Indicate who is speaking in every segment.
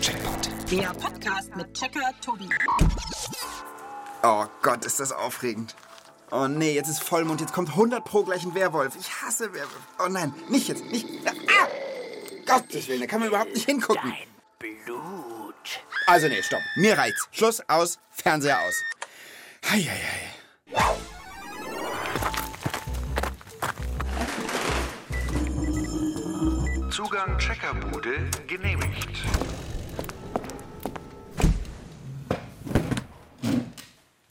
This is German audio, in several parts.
Speaker 1: Checkpoint.
Speaker 2: Der Podcast mit Checker Tobi.
Speaker 1: Oh Gott, ist das aufregend. Oh nee, jetzt ist Vollmond, jetzt kommt 100 pro gleich ein Werwolf. Ich hasse Werwolf. Oh nein, nicht jetzt, nicht. Ah! Gottes Willen, da kann man überhaupt nicht hingucken.
Speaker 3: Blut.
Speaker 1: Also nee, stopp. Mir reizt. Schluss, aus, Fernseher aus. Heieiei.
Speaker 4: Zugang Checkerbude genehmigt.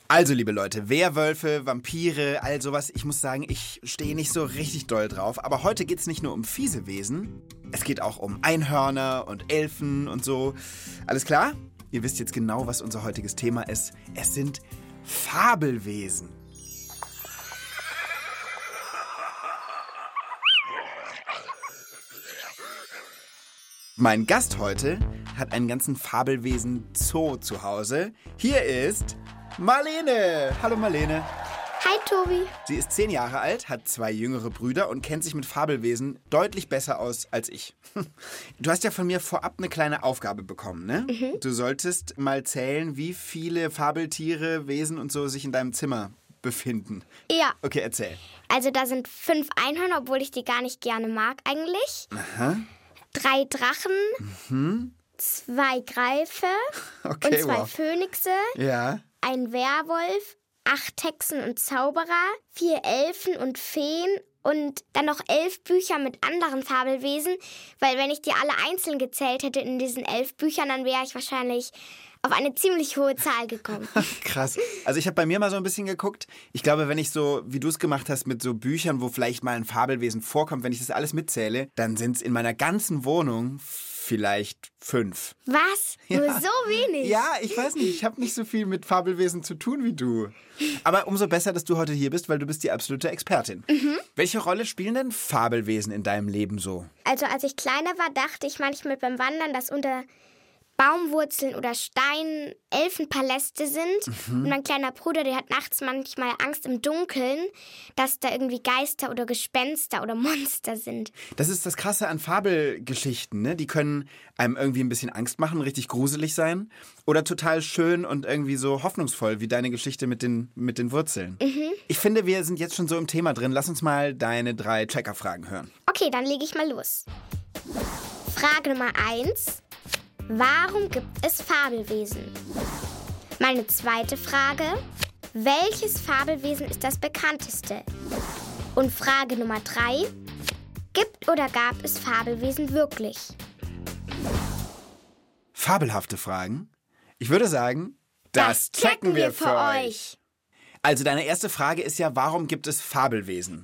Speaker 1: Also, liebe Leute, Werwölfe, Vampire, all sowas, ich muss sagen, ich stehe nicht so richtig doll drauf. Aber heute geht's nicht nur um fiese Wesen, es geht auch um Einhörner und Elfen und so. Alles klar? Ihr wisst jetzt genau, was unser heutiges Thema ist. Es sind Fabelwesen. Mein Gast heute hat einen ganzen Fabelwesen-Zoo zu Hause. Hier ist Marlene. Hallo Marlene.
Speaker 5: Hi Tobi.
Speaker 1: Sie ist zehn Jahre alt, hat zwei jüngere Brüder und kennt sich mit Fabelwesen deutlich besser aus als ich. Du hast ja von mir vorab eine kleine Aufgabe bekommen, ne?
Speaker 5: Mhm.
Speaker 1: Du solltest mal zählen, wie viele Fabeltiere, Wesen und so sich in deinem Zimmer befinden.
Speaker 5: Ja,
Speaker 1: Okay, erzähl.
Speaker 5: also da sind fünf Einhörner, obwohl ich die gar nicht gerne mag eigentlich. Drei Drachen, zwei Greife
Speaker 1: Mhm. Okay,
Speaker 5: und zwei
Speaker 1: wow.
Speaker 5: Phönixe,
Speaker 1: Ja.
Speaker 5: ein Werwolf, acht Hexen und Zauberer, vier Elfen und Feen und dann noch elf Bücher mit anderen Fabelwesen, weil wenn ich die alle einzeln gezählt hätte in diesen elf Büchern, dann wäre ich wahrscheinlich auf eine ziemlich hohe Zahl gekommen.
Speaker 1: Krass. Also ich habe bei mir mal so ein bisschen geguckt. Ich glaube, wenn ich so, wie du es gemacht hast, mit so Büchern, wo vielleicht mal ein Fabelwesen vorkommt, wenn ich das alles mitzähle, dann sind es in meiner ganzen Wohnung vielleicht fünf.
Speaker 5: Was? Nur so wenig?
Speaker 1: Ja, ich weiß nicht, ich habe nicht so viel mit Fabelwesen zu tun wie du. Aber umso besser, dass du heute hier bist, weil du bist die absolute Expertin. Welche Rolle spielen denn Fabelwesen in deinem Leben so?
Speaker 5: Also als ich kleiner war, dachte ich manchmal beim Wandern, dass unter Baumwurzeln oder Steinen Elfenpaläste sind. Und mein kleiner Bruder, der hat nachts manchmal Angst im Dunkeln, dass da irgendwie Geister oder Gespenster oder Monster sind.
Speaker 1: Das ist das Krasse an Fabelgeschichten, ne? Die können einem irgendwie ein bisschen Angst machen, richtig gruselig sein oder total schön und irgendwie so hoffnungsvoll wie deine Geschichte mit den, mit den Wurzeln. Ich finde, wir sind jetzt schon so im Thema drin. Lass uns mal deine drei Checker-Fragen hören.
Speaker 5: Okay, dann lege ich mal los. Frage Nummer 1. Warum gibt es Fabelwesen? Meine zweite Frage. Welches Fabelwesen ist das bekannteste? Und Frage Nummer 3. Gibt oder gab es Fabelwesen wirklich?
Speaker 1: Fabelhafte Fragen? Ich würde sagen, das, checken wir für euch. Also deine erste Frage ist ja, warum gibt es Fabelwesen?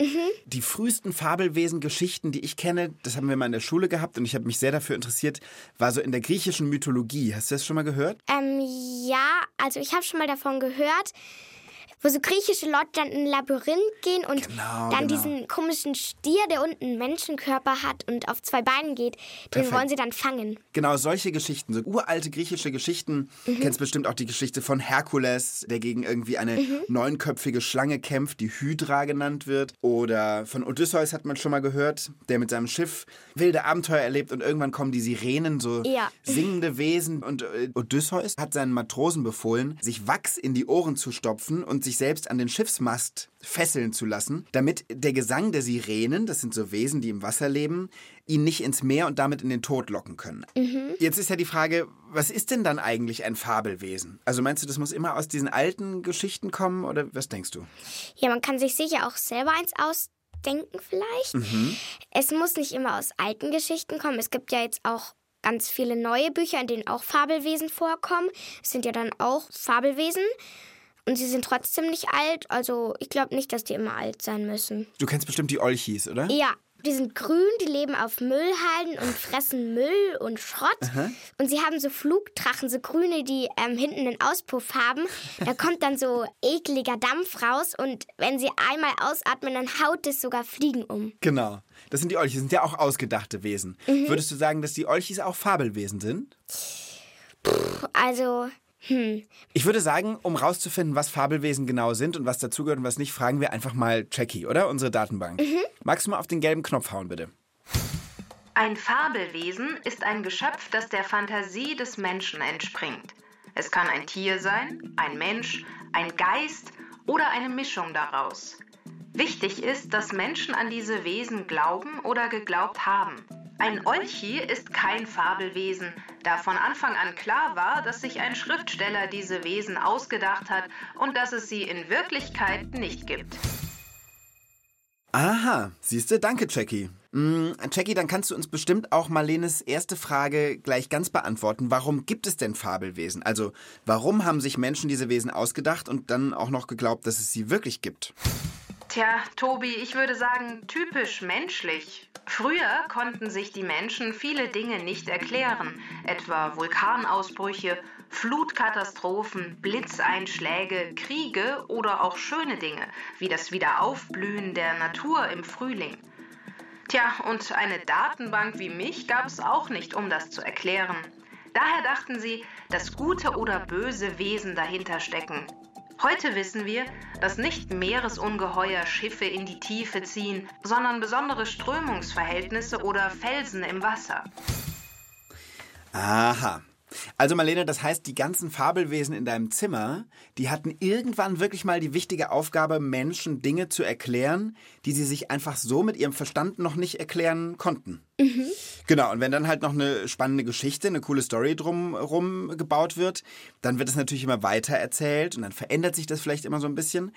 Speaker 1: Die frühesten Fabelwesen-Geschichten, die ich kenne, das haben wir mal in der Schule gehabt und ich habe mich sehr dafür interessiert, war so in der griechischen Mythologie. Hast du das schon mal gehört?
Speaker 5: Ähm, ja, also ich habe schon mal davon gehört, wo so griechische Leute dann in ein Labyrinth gehen und
Speaker 1: Genau,
Speaker 5: dann
Speaker 1: genau.
Speaker 5: diesen komischen Stier, der unten einen Menschenkörper hat und auf zwei Beinen geht, den
Speaker 1: Perfekt.
Speaker 5: wollen sie dann fangen.
Speaker 1: Genau, solche Geschichten, so uralte griechische Geschichten. Kennst bestimmt auch die Geschichte von Herkules, der gegen irgendwie eine neunköpfige Schlange kämpft, die Hydra genannt wird. Oder von Odysseus hat man schon mal gehört, der mit seinem Schiff wilde Abenteuer erlebt und irgendwann kommen die Sirenen, so
Speaker 5: Ja.
Speaker 1: singende Wesen. Und äh, Odysseus hat seinen Matrosen befohlen, sich Wachs in die Ohren zu stopfen und sich selbst an den Schiffsmast fesseln zu lassen, damit der Gesang der Sirenen, das sind so Wesen, die im Wasser leben, ihn nicht ins Meer und damit in den Tod locken können. Jetzt ist ja die Frage, was ist denn dann eigentlich ein Fabelwesen? Also meinst du, das muss immer aus diesen alten Geschichten kommen oder was denkst du?
Speaker 5: Ja, man kann sich sicher auch selber eins ausdenken vielleicht.
Speaker 1: Mhm.
Speaker 5: Es muss nicht immer aus alten Geschichten kommen. Es gibt ja jetzt auch ganz viele neue Bücher, in denen auch Fabelwesen vorkommen. Es sind ja dann auch Fabelwesen. Und sie sind trotzdem nicht alt, also ich glaube nicht, dass die immer alt sein müssen.
Speaker 1: Du kennst bestimmt die Olchis, oder?
Speaker 5: Ja, die sind grün, die leben auf Müllhalden und fressen Müll und Schrott. Und sie haben so Flugdrachen, so grüne, die ähm, hinten einen Auspuff haben. Da kommt dann so ekliger Dampf raus und wenn sie einmal ausatmen, dann haut es sogar Fliegen um.
Speaker 1: Genau. Das sind die Olchis, sind ja auch ausgedachte Wesen. Würdest du sagen, dass die Olchis auch Fabelwesen sind?
Speaker 5: Also,
Speaker 1: Ich würde sagen, um rauszufinden, was Fabelwesen genau sind und was dazugehört und was nicht, fragen wir einfach mal Jackie, oder? Unsere Datenbank. Magst du mal auf den gelben Knopf hauen, bitte?
Speaker 6: Ein Fabelwesen ist ein Geschöpf, das der Fantasie des Menschen entspringt. Es kann ein Tier sein, ein Mensch, ein Geist oder eine Mischung daraus. Wichtig ist, dass Menschen an diese Wesen glauben oder geglaubt haben. Ein Olchi ist kein Fabelwesen, da von Anfang an klar war, dass sich ein Schriftsteller diese Wesen ausgedacht hat und dass es sie in Wirklichkeit nicht gibt.
Speaker 1: Aha, siehste, danke, Jackie. Mm, Jackie, dann kannst du uns bestimmt auch Marlenes erste Frage gleich ganz beantworten. Warum gibt es denn Fabelwesen? Also, warum haben sich Menschen diese Wesen ausgedacht und dann auch noch geglaubt, dass es sie wirklich gibt?
Speaker 6: Tja, Tobi, ich würde sagen, typisch menschlich. Früher konnten sich die Menschen viele Dinge nicht erklären, etwa Vulkanausbrüche, Flutkatastrophen, Blitzeinschläge, Kriege oder auch schöne Dinge, wie das Wiederaufblühen der Natur im Frühling. Tja, und eine Datenbank wie mich gab es auch nicht, um das zu erklären. Daher dachten sie, dass gute oder böse Wesen dahinter stecken, Heute wissen wir, dass nicht Meeresungeheuer Schiffe in die Tiefe ziehen, sondern besondere Strömungsverhältnisse oder Felsen im Wasser.
Speaker 1: Aha. Also Marlene, das heißt, die ganzen Fabelwesen in deinem Zimmer, die hatten irgendwann wirklich mal die wichtige Aufgabe, Menschen Dinge zu erklären, die sie sich einfach so mit ihrem Verstand noch nicht erklären konnten. Genau, und wenn dann halt noch eine spannende Geschichte, eine coole Story drumherum gebaut wird, dann wird es natürlich immer weiter erzählt und dann verändert sich das vielleicht immer so ein bisschen.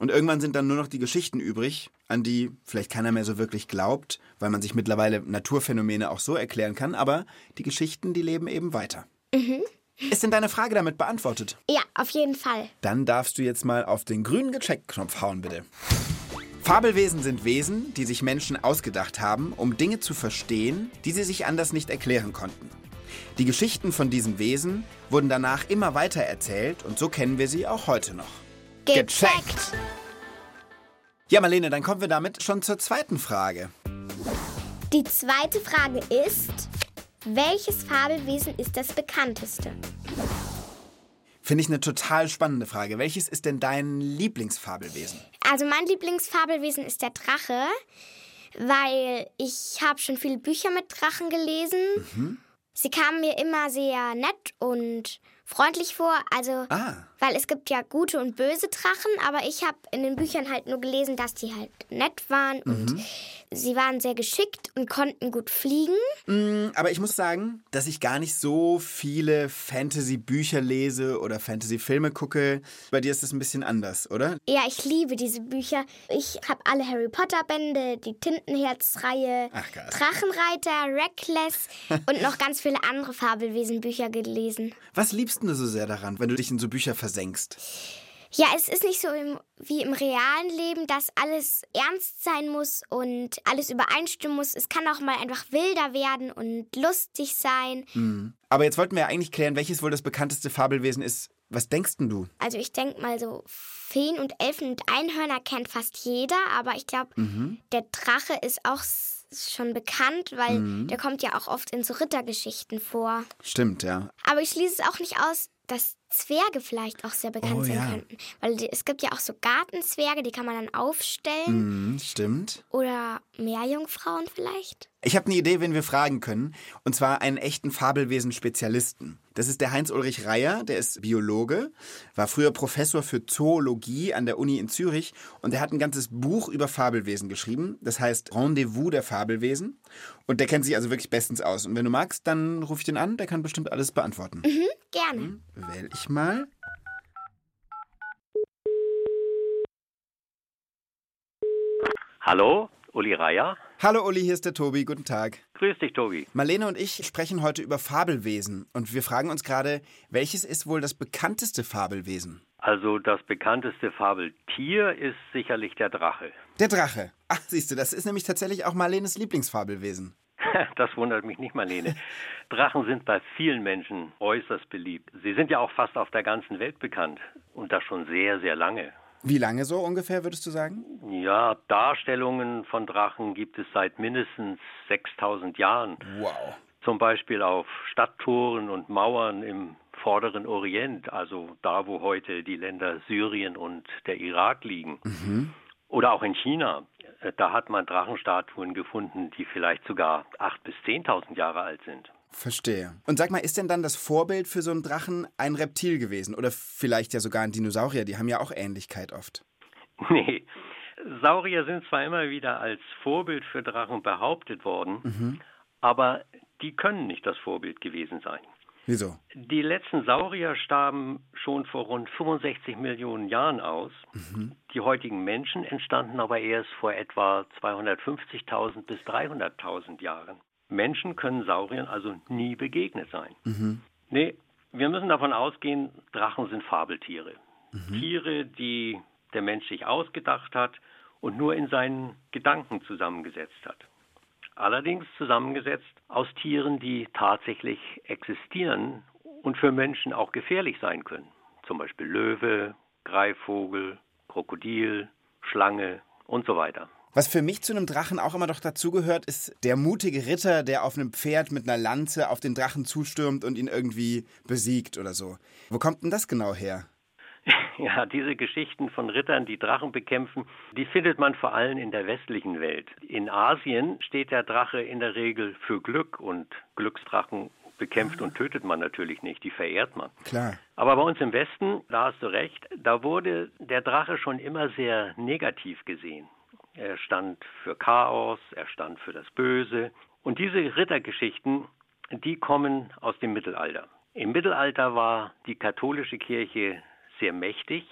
Speaker 1: Und irgendwann sind dann nur noch die Geschichten übrig, an die vielleicht keiner mehr so wirklich glaubt, weil man sich mittlerweile Naturphänomene auch so erklären kann, aber die Geschichten, die leben eben weiter. Ist denn deine Frage damit beantwortet?
Speaker 5: Ja, auf jeden Fall.
Speaker 1: Dann darfst du jetzt mal auf den grünen Gecheckt-Knopf hauen, bitte. Fabelwesen sind Wesen, die sich Menschen ausgedacht haben, um Dinge zu verstehen, die sie sich anders nicht erklären konnten. Die Geschichten von diesen Wesen wurden danach immer weiter erzählt und so kennen wir sie auch heute noch. Gecheckt. Ja, Marlene, dann kommen wir damit schon zur zweiten Frage.
Speaker 5: Die zweite Frage ist, welches Fabelwesen ist das bekannteste?
Speaker 1: Finde ich eine total spannende Frage. Welches ist denn dein Lieblingsfabelwesen?
Speaker 5: Also mein Lieblingsfabelwesen ist der Drache, weil ich habe schon viele Bücher mit Drachen gelesen. Sie kamen mir immer sehr nett und freundlich vor, also
Speaker 1: Ah.
Speaker 5: weil es gibt ja gute und böse Drachen, aber ich habe in den Büchern halt nur gelesen, dass die halt nett waren und sie waren sehr geschickt und konnten gut fliegen.
Speaker 1: Aber ich muss sagen, dass ich gar nicht so viele Fantasy-Bücher lese oder Fantasy-Filme gucke. Bei dir ist es ein bisschen anders, oder?
Speaker 5: Ja, ich liebe diese Bücher. Ich habe alle Harry Potter Bände, die Tintenherz-Reihe,
Speaker 1: Ach, geil.
Speaker 5: Drachenreiter, Reckless und noch ganz viele andere Fabelwesen-Bücher gelesen.
Speaker 1: Was liebst denn du so sehr daran, wenn du dich in so Bücher versenkst?
Speaker 5: Ja, es ist nicht so im, wie im realen Leben, dass alles ernst sein muss und alles übereinstimmen muss. Es kann auch mal einfach wilder werden und lustig sein.
Speaker 1: Aber jetzt wollten wir ja eigentlich klären, welches wohl das bekannteste Fabelwesen ist. Was denkst denn du?
Speaker 5: Also ich denke mal so, Feen und Elfen und Einhörner kennt fast jeder, aber ich glaube,
Speaker 1: Mhm.
Speaker 5: der Drache ist auch s- schon bekannt, weil
Speaker 1: Mhm.
Speaker 5: der kommt ja auch oft in so Rittergeschichten vor.
Speaker 1: Stimmt, ja.
Speaker 5: Aber ich schließe es auch nicht aus, dass Zwerge vielleicht auch sehr bekannt
Speaker 1: Oh,
Speaker 5: sein
Speaker 1: ja.
Speaker 5: könnten. Weil die, es gibt ja auch so Gartenzwerge, die kann man dann aufstellen.
Speaker 1: Hm, stimmt.
Speaker 5: Oder Meerjungfrauen vielleicht.
Speaker 1: Ich habe eine Idee, wen wir fragen können. Und zwar einen echten Fabelwesen-Spezialisten. Das ist der Heinz-Ulrich Reier, der ist Biologe, war früher Professor für Zoologie an der Uni in Zürich und der hat ein ganzes Buch über Fabelwesen geschrieben. Das heißt Rendezvous der Fabelwesen. Und der kennt sich also wirklich bestens aus. Und wenn du magst, dann ruf ich den an, der kann bestimmt alles beantworten.
Speaker 5: Gerne.
Speaker 1: Wähl ich mal.
Speaker 7: Hallo, Uli Reier.
Speaker 1: Hallo Uli, hier ist der Tobi, guten Tag.
Speaker 7: Grüß dich, Tobi.
Speaker 1: Marlene und ich sprechen heute über Fabelwesen und wir fragen uns gerade, welches ist wohl das bekannteste Fabelwesen?
Speaker 7: Also das bekannteste Fabeltier ist sicherlich der Drache.
Speaker 1: Der Drache. Ach, siehst du, das ist nämlich tatsächlich auch Marlenes Lieblingsfabelwesen.
Speaker 7: Das wundert mich nicht, Marlene. Drachen sind bei vielen Menschen äußerst beliebt. Sie sind ja auch fast auf der ganzen Welt bekannt und das schon sehr, sehr lange.
Speaker 1: Wie lange so ungefähr, würdest du sagen?
Speaker 7: Ja, Darstellungen von Drachen gibt es seit mindestens 6000 Jahren.
Speaker 1: Wow.
Speaker 7: Zum Beispiel auf Stadttoren und Mauern im vorderen Orient, also da, wo heute die Länder Syrien und der Irak liegen. Oder auch in China. Äh, Da hat man Drachenstatuen gefunden, die vielleicht sogar 8.000 bis 10.000 Jahre alt sind.
Speaker 1: Verstehe. Und sag mal, ist denn dann das Vorbild für so einen Drachen ein Reptil gewesen? Oder vielleicht ja sogar ein Dinosaurier? Die haben ja auch Ähnlichkeit oft.
Speaker 7: Nee. Saurier sind zwar immer wieder als Vorbild für Drachen behauptet worden, aber die können nicht das Vorbild gewesen sein.
Speaker 1: Wieso?
Speaker 7: Die letzten Saurier starben schon vor rund 65 Millionen Jahren aus. Die heutigen Menschen entstanden aber erst vor etwa 250.000 bis 300.000 Jahren. Menschen können Sauriern also nie begegnet sein. Nee, wir müssen davon ausgehen, Drachen sind Fabeltiere. Tiere, die der Mensch sich ausgedacht hat und nur in seinen Gedanken zusammengesetzt hat. Allerdings zusammengesetzt aus Tieren, die tatsächlich existieren und für Menschen auch gefährlich sein können. Zum Beispiel Löwe, Greifvogel, Krokodil, Schlange und so weiter.
Speaker 1: Was für mich zu einem Drachen auch immer doch dazugehört, ist der mutige Ritter, der auf einem Pferd mit einer Lanze auf den Drachen zustürmt und ihn irgendwie besiegt oder so. Wo kommt denn das genau her?
Speaker 7: Ja, diese Geschichten von Rittern, die Drachen bekämpfen, die findet man vor allem in der westlichen Welt. In Asien steht der Drache in der Regel für Glück und Glücksdrachen bekämpft und tötet man natürlich nicht, die verehrt man.
Speaker 1: Klar.
Speaker 7: Aber bei uns im Westen, da hast du recht, da wurde der Drache schon immer sehr negativ gesehen. Er stand für Chaos, er stand für das Böse. Und diese Rittergeschichten, die kommen aus dem Mittelalter. Im Mittelalter war die katholische Kirche sehr mächtig.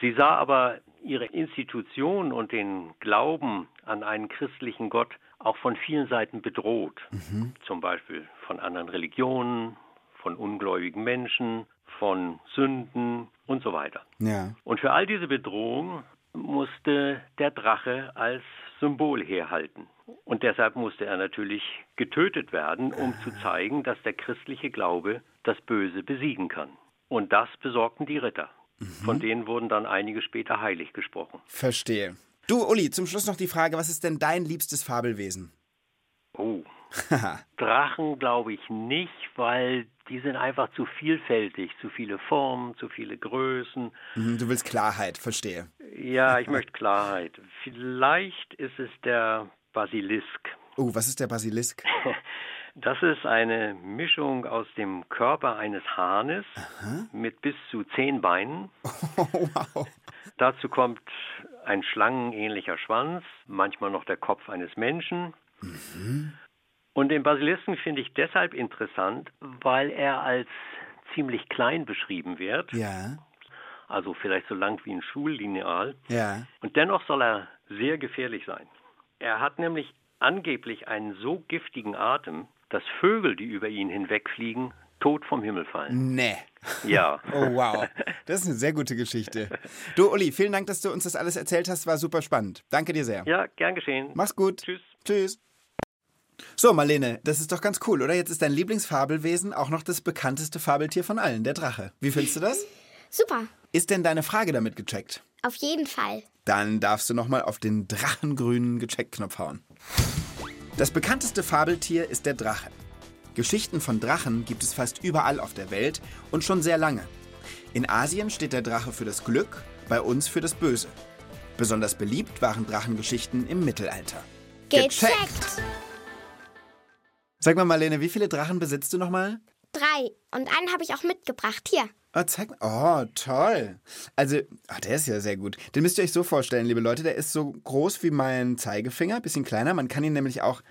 Speaker 7: Sie sah aber ihre Institution und den Glauben an einen christlichen Gott auch von vielen Seiten bedroht. Zum Beispiel von anderen Religionen, von ungläubigen Menschen, von Sünden und so weiter.
Speaker 1: Ja.
Speaker 7: Und für all diese Bedrohung musste der Drache als Symbol herhalten. Und deshalb musste er natürlich getötet werden, um zu zeigen, dass der christliche Glaube das Böse besiegen kann. Und das besorgten die Ritter. Von denen wurden dann einige später heilig gesprochen.
Speaker 1: Verstehe. Du, Uli, zum Schluss noch die Frage, was ist denn dein liebstes Fabelwesen?
Speaker 7: Oh. Drachen glaube ich nicht, weil die sind einfach zu vielfältig, zu viele Formen, zu viele Größen.
Speaker 1: Mhm, Du willst Klarheit, verstehe.
Speaker 7: Ja, ich möchte Klarheit. Vielleicht ist es der Basilisk.
Speaker 1: Oh, was ist der Basilisk?
Speaker 7: Das ist eine Mischung aus dem Körper eines Hahnes mit bis zu zehn Beinen.
Speaker 1: Oh, wow.
Speaker 7: Dazu kommt ein schlangenähnlicher Schwanz, manchmal noch der Kopf eines Menschen. Und den Basilisken finde ich deshalb interessant, weil er als ziemlich klein beschrieben wird,
Speaker 1: Ja,
Speaker 7: also vielleicht so lang wie ein Schullineal.
Speaker 1: ja.
Speaker 7: Und dennoch soll er sehr gefährlich sein. Er hat nämlich angeblich einen so giftigen Atem, dass Vögel, die über ihn hinwegfliegen, tot vom Himmel fallen.
Speaker 1: Nee.
Speaker 7: Ja.
Speaker 1: Oh, wow. Das ist eine sehr gute Geschichte. Du, Uli, vielen Dank, dass du uns das alles erzählt hast. War super spannend. Danke dir sehr.
Speaker 7: Ja, gern geschehen.
Speaker 1: Mach's gut.
Speaker 7: Tschüss.
Speaker 1: Tschüss. So, Marlene, das ist doch ganz cool, oder? Jetzt ist dein Lieblingsfabelwesen auch noch das bekannteste Fabeltier von allen, der Drache. Wie findest du das?
Speaker 5: Super,
Speaker 1: Ist denn deine Frage damit gecheckt?
Speaker 5: auf jeden Fall.
Speaker 1: Dann darfst du nochmal auf den drachengrünen Gecheckt-Knopf hauen. Das bekannteste Fabeltier ist der Drache. Geschichten von Drachen gibt es fast überall auf der Welt und schon sehr lange. In Asien steht der Drache für das Glück, bei uns für das Böse. Besonders beliebt waren Drachengeschichten im Mittelalter.
Speaker 5: Gecheckt!
Speaker 1: Sag mal, Marlene, wie viele Drachen besitzt du nochmal?
Speaker 5: Drei. Und einen habe ich auch mitgebracht. Hier.
Speaker 1: Oh, zeig mal. Oh, toll. Also, ah, der ist ja sehr gut. Den müsst ihr euch so vorstellen, liebe Leute. Der ist so groß wie mein Zeigefinger, bisschen kleiner. Man kann ihn nämlich auch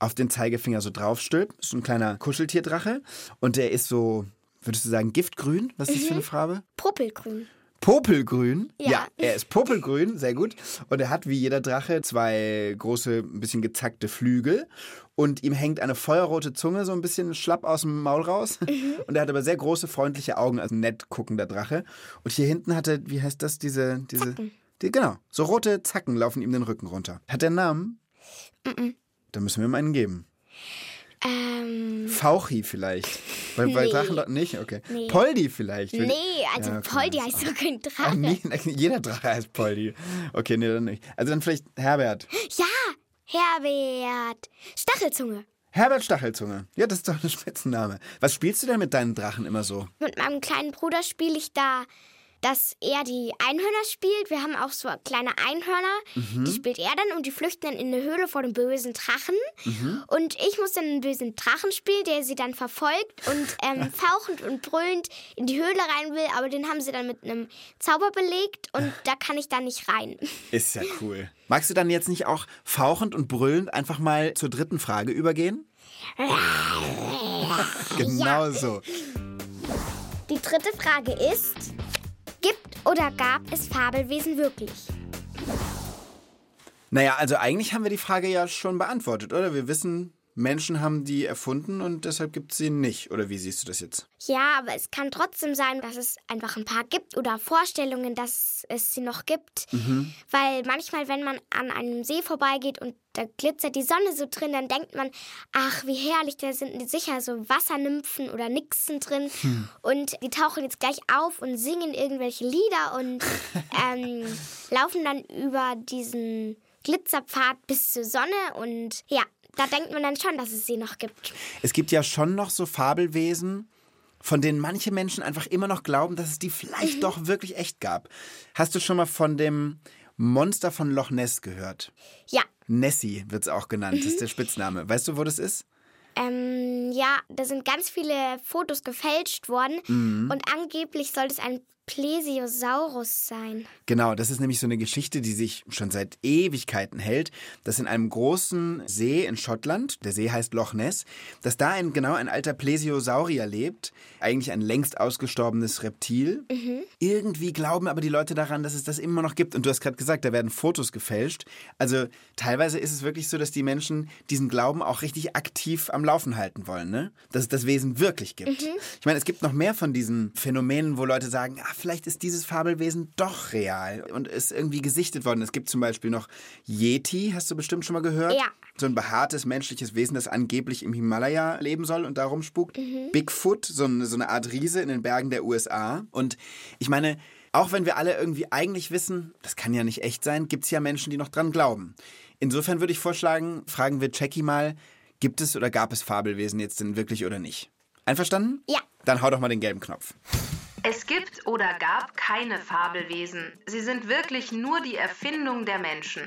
Speaker 1: auf den Zeigefinger so draufstülpen. Ist so ein kleiner Kuscheltierdrache. Und der ist so, würdest du sagen, giftgrün? Was ist das für eine Farbe?
Speaker 5: Popelgrün.
Speaker 1: Popelgrün.
Speaker 5: Ja.
Speaker 1: er ist popelgrün, sehr gut. Und er hat wie jeder Drache zwei große, ein bisschen gezackte Flügel. Und ihm hängt eine feuerrote Zunge so ein bisschen schlapp aus dem Maul raus.
Speaker 5: Mhm.
Speaker 1: Und er hat aber sehr große, freundliche Augen, also ein nett guckender Drache. Und hier hinten hat er, wie heißt das, diese. diese Die, genau, so rote Zacken laufen ihm den Rücken runter. Hat er einen Namen? Da müssen wir ihm einen geben.
Speaker 5: Ähm,
Speaker 1: Fauchi vielleicht. Bei, bei
Speaker 5: Nee.
Speaker 1: Drachen doch nicht? Okay. Poldi vielleicht.
Speaker 5: nee, also
Speaker 1: Ja, okay,
Speaker 5: Poldi
Speaker 1: alles
Speaker 5: heißt so kein
Speaker 1: Ah,
Speaker 5: Drache.
Speaker 1: nee, jeder Drache heißt Poldi. Okay, nee, dann nicht. Also dann vielleicht Herbert.
Speaker 5: Ja, Herbert. Stachelzunge.
Speaker 1: Herbert Stachelzunge. Ja, das ist doch ein Spitzenname. Was spielst du denn mit deinen Drachen immer so?
Speaker 5: Mit meinem kleinen Bruder spiele ich da dass er die Einhörner spielt. Wir haben auch so kleine Einhörner, die spielt er dann und die flüchten dann in eine Höhle vor dem bösen Drachen. Und ich muss dann einen bösen Drachen spielen, der sie dann verfolgt und ähm, fauchend und brüllend in die Höhle rein will. Aber den haben sie dann mit einem Zauber belegt und da kann ich dann nicht rein.
Speaker 1: Ist ja cool. Magst du dann jetzt nicht auch fauchend und brüllend einfach mal zur dritten Frage übergehen? genau so.
Speaker 5: Die dritte Frage ist, gibt oder gab es Fabelwesen wirklich?
Speaker 1: Naja, also eigentlich haben wir die Frage ja schon beantwortet, oder? Wir wissen, Menschen haben die erfunden und deshalb gibt es sie nicht. Oder wie siehst du das jetzt?
Speaker 5: Ja, aber es kann trotzdem sein, dass es einfach ein paar gibt oder Vorstellungen, dass es sie noch gibt. Weil manchmal, wenn man an einem See vorbeigeht und da glitzert die Sonne so drin, dann denkt man, ach, wie herrlich, da sind sicher so Wassernymphen oder Nixen drin. Und die tauchen jetzt gleich auf und singen irgendwelche Lieder und ähm, laufen dann über diesen Glitzerpfad bis zur Sonne. Und ja, da denkt man dann schon, dass es sie noch gibt.
Speaker 1: Es gibt ja schon noch so Fabelwesen, von denen manche Menschen einfach immer noch glauben, dass es die vielleicht doch wirklich echt gab. Hast du schon mal von dem Monster von Loch Ness gehört?
Speaker 5: Ja,
Speaker 1: Nessie wird es auch genannt, das ist der Spitzname. Weißt du, wo das ist?
Speaker 5: Ähm, ja, da sind ganz viele Fotos gefälscht worden
Speaker 1: Mhm.
Speaker 5: und angeblich soll es ein Plesiosaurus sein.
Speaker 1: Genau, das ist nämlich so eine Geschichte, die sich schon seit Ewigkeiten hält, dass in einem großen See in Schottland, der See heißt Loch Ness, dass da ein, genau ein alter Plesiosaurier lebt, eigentlich ein längst ausgestorbenes Reptil. Irgendwie glauben aber die Leute daran, dass es das immer noch gibt. Und du hast gerade gesagt, da werden Fotos gefälscht. Also teilweise ist es wirklich so, dass die Menschen diesen Glauben auch richtig aktiv am Laufen halten wollen, ne? Dass es das Wesen wirklich gibt. Ich meine, es gibt noch mehr von diesen Phänomenen, wo Leute sagen, ah, vielleicht ist dieses Fabelwesen doch real und ist irgendwie gesichtet worden. Es gibt zum Beispiel noch Yeti, hast du bestimmt schon mal gehört?
Speaker 5: Ja.
Speaker 1: So ein behaartes menschliches Wesen, das angeblich im Himalaya leben soll und darum spukt. Bigfoot, so eine, so eine Art Riese in den Bergen der USA. Und ich meine, auch wenn wir alle irgendwie eigentlich wissen, das kann ja nicht echt sein, gibt es ja Menschen, die noch dran glauben. Insofern würde ich vorschlagen, fragen wir Jackie mal, gibt es oder gab es Fabelwesen jetzt denn wirklich oder nicht? Einverstanden?
Speaker 5: Ja.
Speaker 1: Dann hau doch mal den gelben Knopf.
Speaker 6: Es gibt oder gab keine Fabelwesen. Sie sind wirklich nur die Erfindung der Menschen.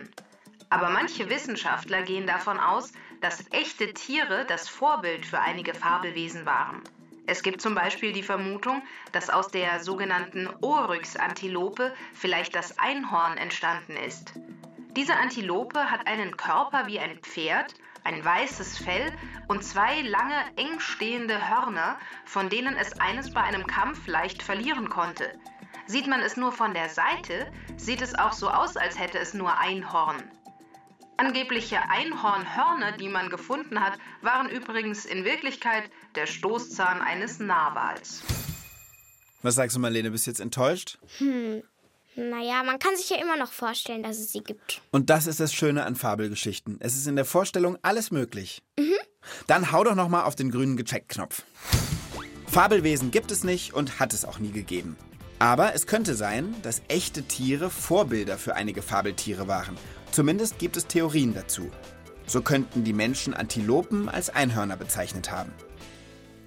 Speaker 6: Aber manche Wissenschaftler gehen davon aus, dass echte Tiere das Vorbild für einige Fabelwesen waren. Es gibt zum Beispiel die Vermutung, dass aus der sogenannten Oryx-Antilope vielleicht das Einhorn entstanden ist. Diese Antilope hat einen Körper wie ein Pferd, ein weißes Fell und zwei lange, eng stehende Hörner, von denen es eines bei einem Kampf leicht verlieren konnte. Sieht man es nur von der Seite, sieht es auch so aus, als hätte es nur ein Horn. Angebliche Einhornhörner, die man gefunden hat, waren übrigens in Wirklichkeit der Stoßzahn eines Narwals.
Speaker 1: Was sagst du, Marlene, bist du jetzt enttäuscht?
Speaker 5: Naja, man kann sich ja immer noch vorstellen, dass es sie gibt.
Speaker 1: Und das ist das Schöne an Fabelgeschichten. Es ist in der Vorstellung alles möglich. Dann hau doch nochmal auf den grünen Gecheckt-Knopf. Fabelwesen gibt es nicht und hat es auch nie gegeben. Aber es könnte sein, dass echte Tiere Vorbilder für einige Fabeltiere waren. Zumindest gibt es Theorien dazu. So könnten die Menschen Antilopen als Einhörner bezeichnet haben.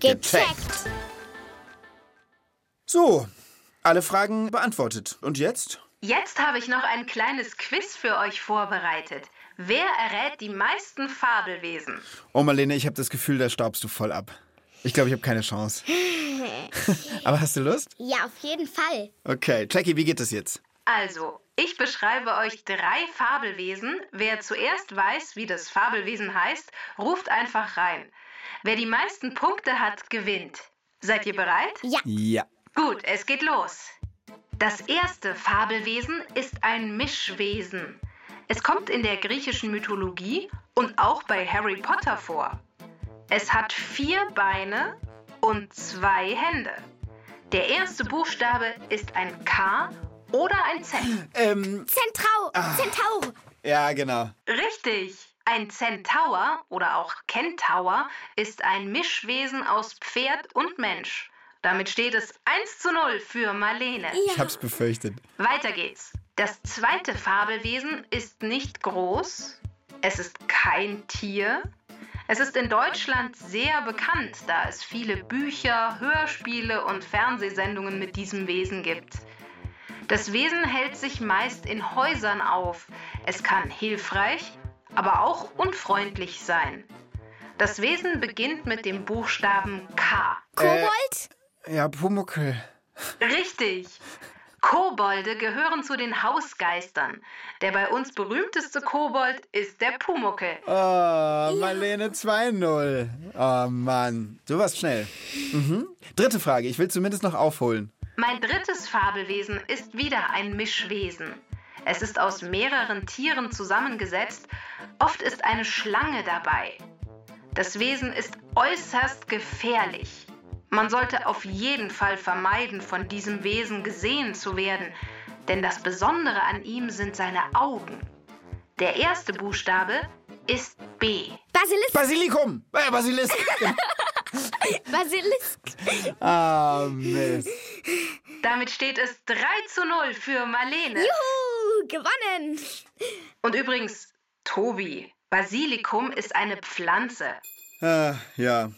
Speaker 1: Gecheckt. So, alle Fragen beantwortet. Und jetzt?
Speaker 6: Jetzt habe ich noch ein kleines Quiz für euch vorbereitet. Wer errät die meisten Fabelwesen?
Speaker 1: Oh, Marlene, ich habe das Gefühl, da staubst du voll ab. Ich glaube, ich habe keine Chance. Aber hast du Lust?
Speaker 5: Ja, auf jeden Fall.
Speaker 1: Okay, Jackie, wie geht das jetzt?
Speaker 6: Also, ich beschreibe euch drei Fabelwesen. Wer zuerst weiß, wie das Fabelwesen heißt, ruft einfach rein. Wer die meisten Punkte hat, gewinnt. Seid ihr bereit?
Speaker 1: Ja.
Speaker 6: Gut, es geht los. Das erste Fabelwesen ist ein Mischwesen. Es kommt in der griechischen Mythologie und auch bei Harry Potter vor. Es hat vier Beine und zwei Hände. Der erste Buchstabe ist ein K oder ein Z.
Speaker 1: Ähm,
Speaker 5: Zentrau, Zentaur.
Speaker 1: ja, genau.
Speaker 6: Richtig. Ein Centaur oder auch Kentaur ist ein Mischwesen aus Pferd und Mensch. Damit steht es 1 zu 0 für Marlene.
Speaker 1: Ich hab's befürchtet.
Speaker 6: Weiter geht's. Das zweite Fabelwesen ist nicht groß. Es ist kein Tier. Es ist in Deutschland sehr bekannt, da es viele Bücher, Hörspiele und Fernsehsendungen mit diesem Wesen gibt. Das Wesen hält sich meist in Häusern auf. Es kann hilfreich, aber auch unfreundlich sein. Das Wesen beginnt mit dem Buchstaben K.
Speaker 5: Kobold?
Speaker 1: Ja, Pumuckel.
Speaker 6: Richtig. Kobolde gehören zu den Hausgeistern. Der bei uns berühmteste Kobold ist der Pumuckel.
Speaker 1: Oh, Marlene 2-0. Oh Mann. Du warst schnell. Mhm. Dritte Frage. Ich will zumindest noch aufholen.
Speaker 6: Mein drittes Fabelwesen ist wieder ein Mischwesen. Es ist aus mehreren Tieren zusammengesetzt, oft ist eine Schlange dabei. Das Wesen ist äußerst gefährlich. Man sollte auf jeden Fall vermeiden, von diesem Wesen gesehen zu werden, denn das Besondere an ihm sind seine Augen. Der erste Buchstabe ist B.
Speaker 5: Basilisk?
Speaker 1: Basilikum. Äh, Basilisk.
Speaker 5: Basilisk?
Speaker 1: ah, Mist.
Speaker 6: Damit steht es 3 zu 0 für Marlene.
Speaker 5: Juhu, gewonnen!
Speaker 6: Und übrigens, Tobi, Basilikum ist eine Pflanze.
Speaker 1: Ah, ja.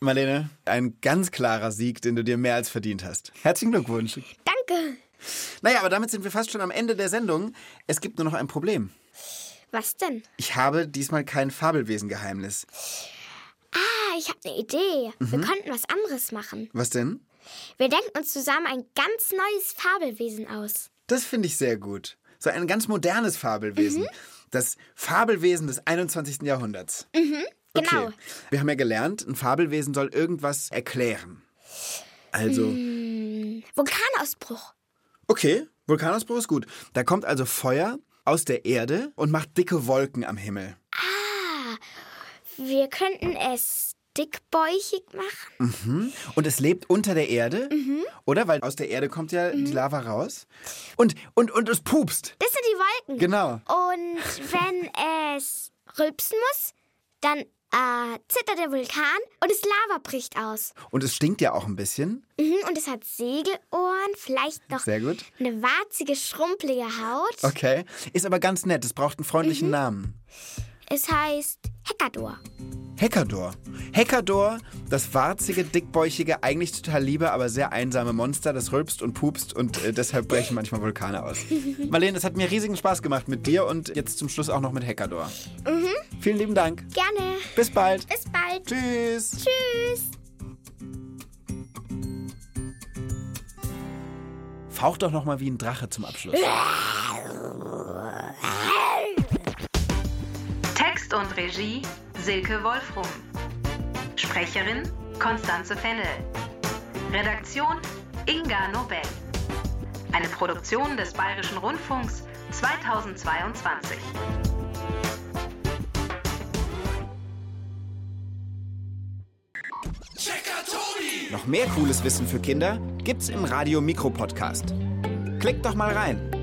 Speaker 1: Marlene, ein ganz klarer Sieg, den du dir mehr als verdient hast. Herzlichen Glückwunsch.
Speaker 5: Danke.
Speaker 1: Naja, aber damit sind wir fast schon am Ende der Sendung. Es gibt nur noch ein Problem.
Speaker 5: Was denn?
Speaker 1: Ich habe diesmal kein Fabelwesen-Geheimnis.
Speaker 5: Ah, ich habe eine Idee. Wir
Speaker 1: Mhm.
Speaker 5: könnten was anderes machen.
Speaker 1: Was denn?
Speaker 5: Wir denken uns zusammen ein ganz neues Fabelwesen aus.
Speaker 1: Das finde ich sehr gut. So ein ganz modernes Fabelwesen. Das Fabelwesen des 21. Jahrhunderts.
Speaker 5: Genau.
Speaker 1: Okay. Wir haben ja gelernt, ein Fabelwesen soll irgendwas erklären. Also,
Speaker 5: Vulkanausbruch.
Speaker 1: okay, Vulkanausbruch ist gut. Da kommt also Feuer aus der Erde und macht dicke Wolken am Himmel.
Speaker 5: Wir könnten es dickbäuchig machen.
Speaker 1: Und es lebt unter der Erde, oder? Weil aus der Erde kommt ja die Lava raus. Und, und, und es pupst.
Speaker 5: Das sind die Wolken.
Speaker 1: Genau.
Speaker 5: Und wenn es rülpsen muss, dann äh, zittert der Vulkan und das Lava bricht aus.
Speaker 1: Und es stinkt ja auch ein bisschen.
Speaker 5: Mhm, und es hat Segelohren, vielleicht noch
Speaker 1: Sehr gut.
Speaker 5: eine warzige, schrumpelige Haut.
Speaker 1: Okay. Ist aber ganz nett. Es braucht einen freundlichen Namen.
Speaker 5: Es heißt Hekador.
Speaker 1: Hekador. Hekador, das warzige, dickbäuchige, eigentlich total liebe, aber sehr einsame Monster, das rülpst und pupst und äh, deshalb brechen manchmal Vulkane aus. Marlene, es hat mir riesigen Spaß gemacht mit dir und jetzt zum Schluss auch noch mit Hekador. Vielen lieben Dank.
Speaker 5: Gerne.
Speaker 1: Bis bald.
Speaker 5: Bis bald.
Speaker 1: Tschüss.
Speaker 5: Tschüss.
Speaker 1: Fauch doch noch mal wie ein Drache zum Abschluss.
Speaker 6: Text und Regie Silke Wolfrum. Sprecherin Konstanze Fennel. Redaktion Inga Nobel. Eine Produktion des Bayerischen Rundfunks 2022.
Speaker 1: Noch mehr cooles Wissen für Kinder gibt's im Radio Mikro Podcast. Klickt doch mal rein.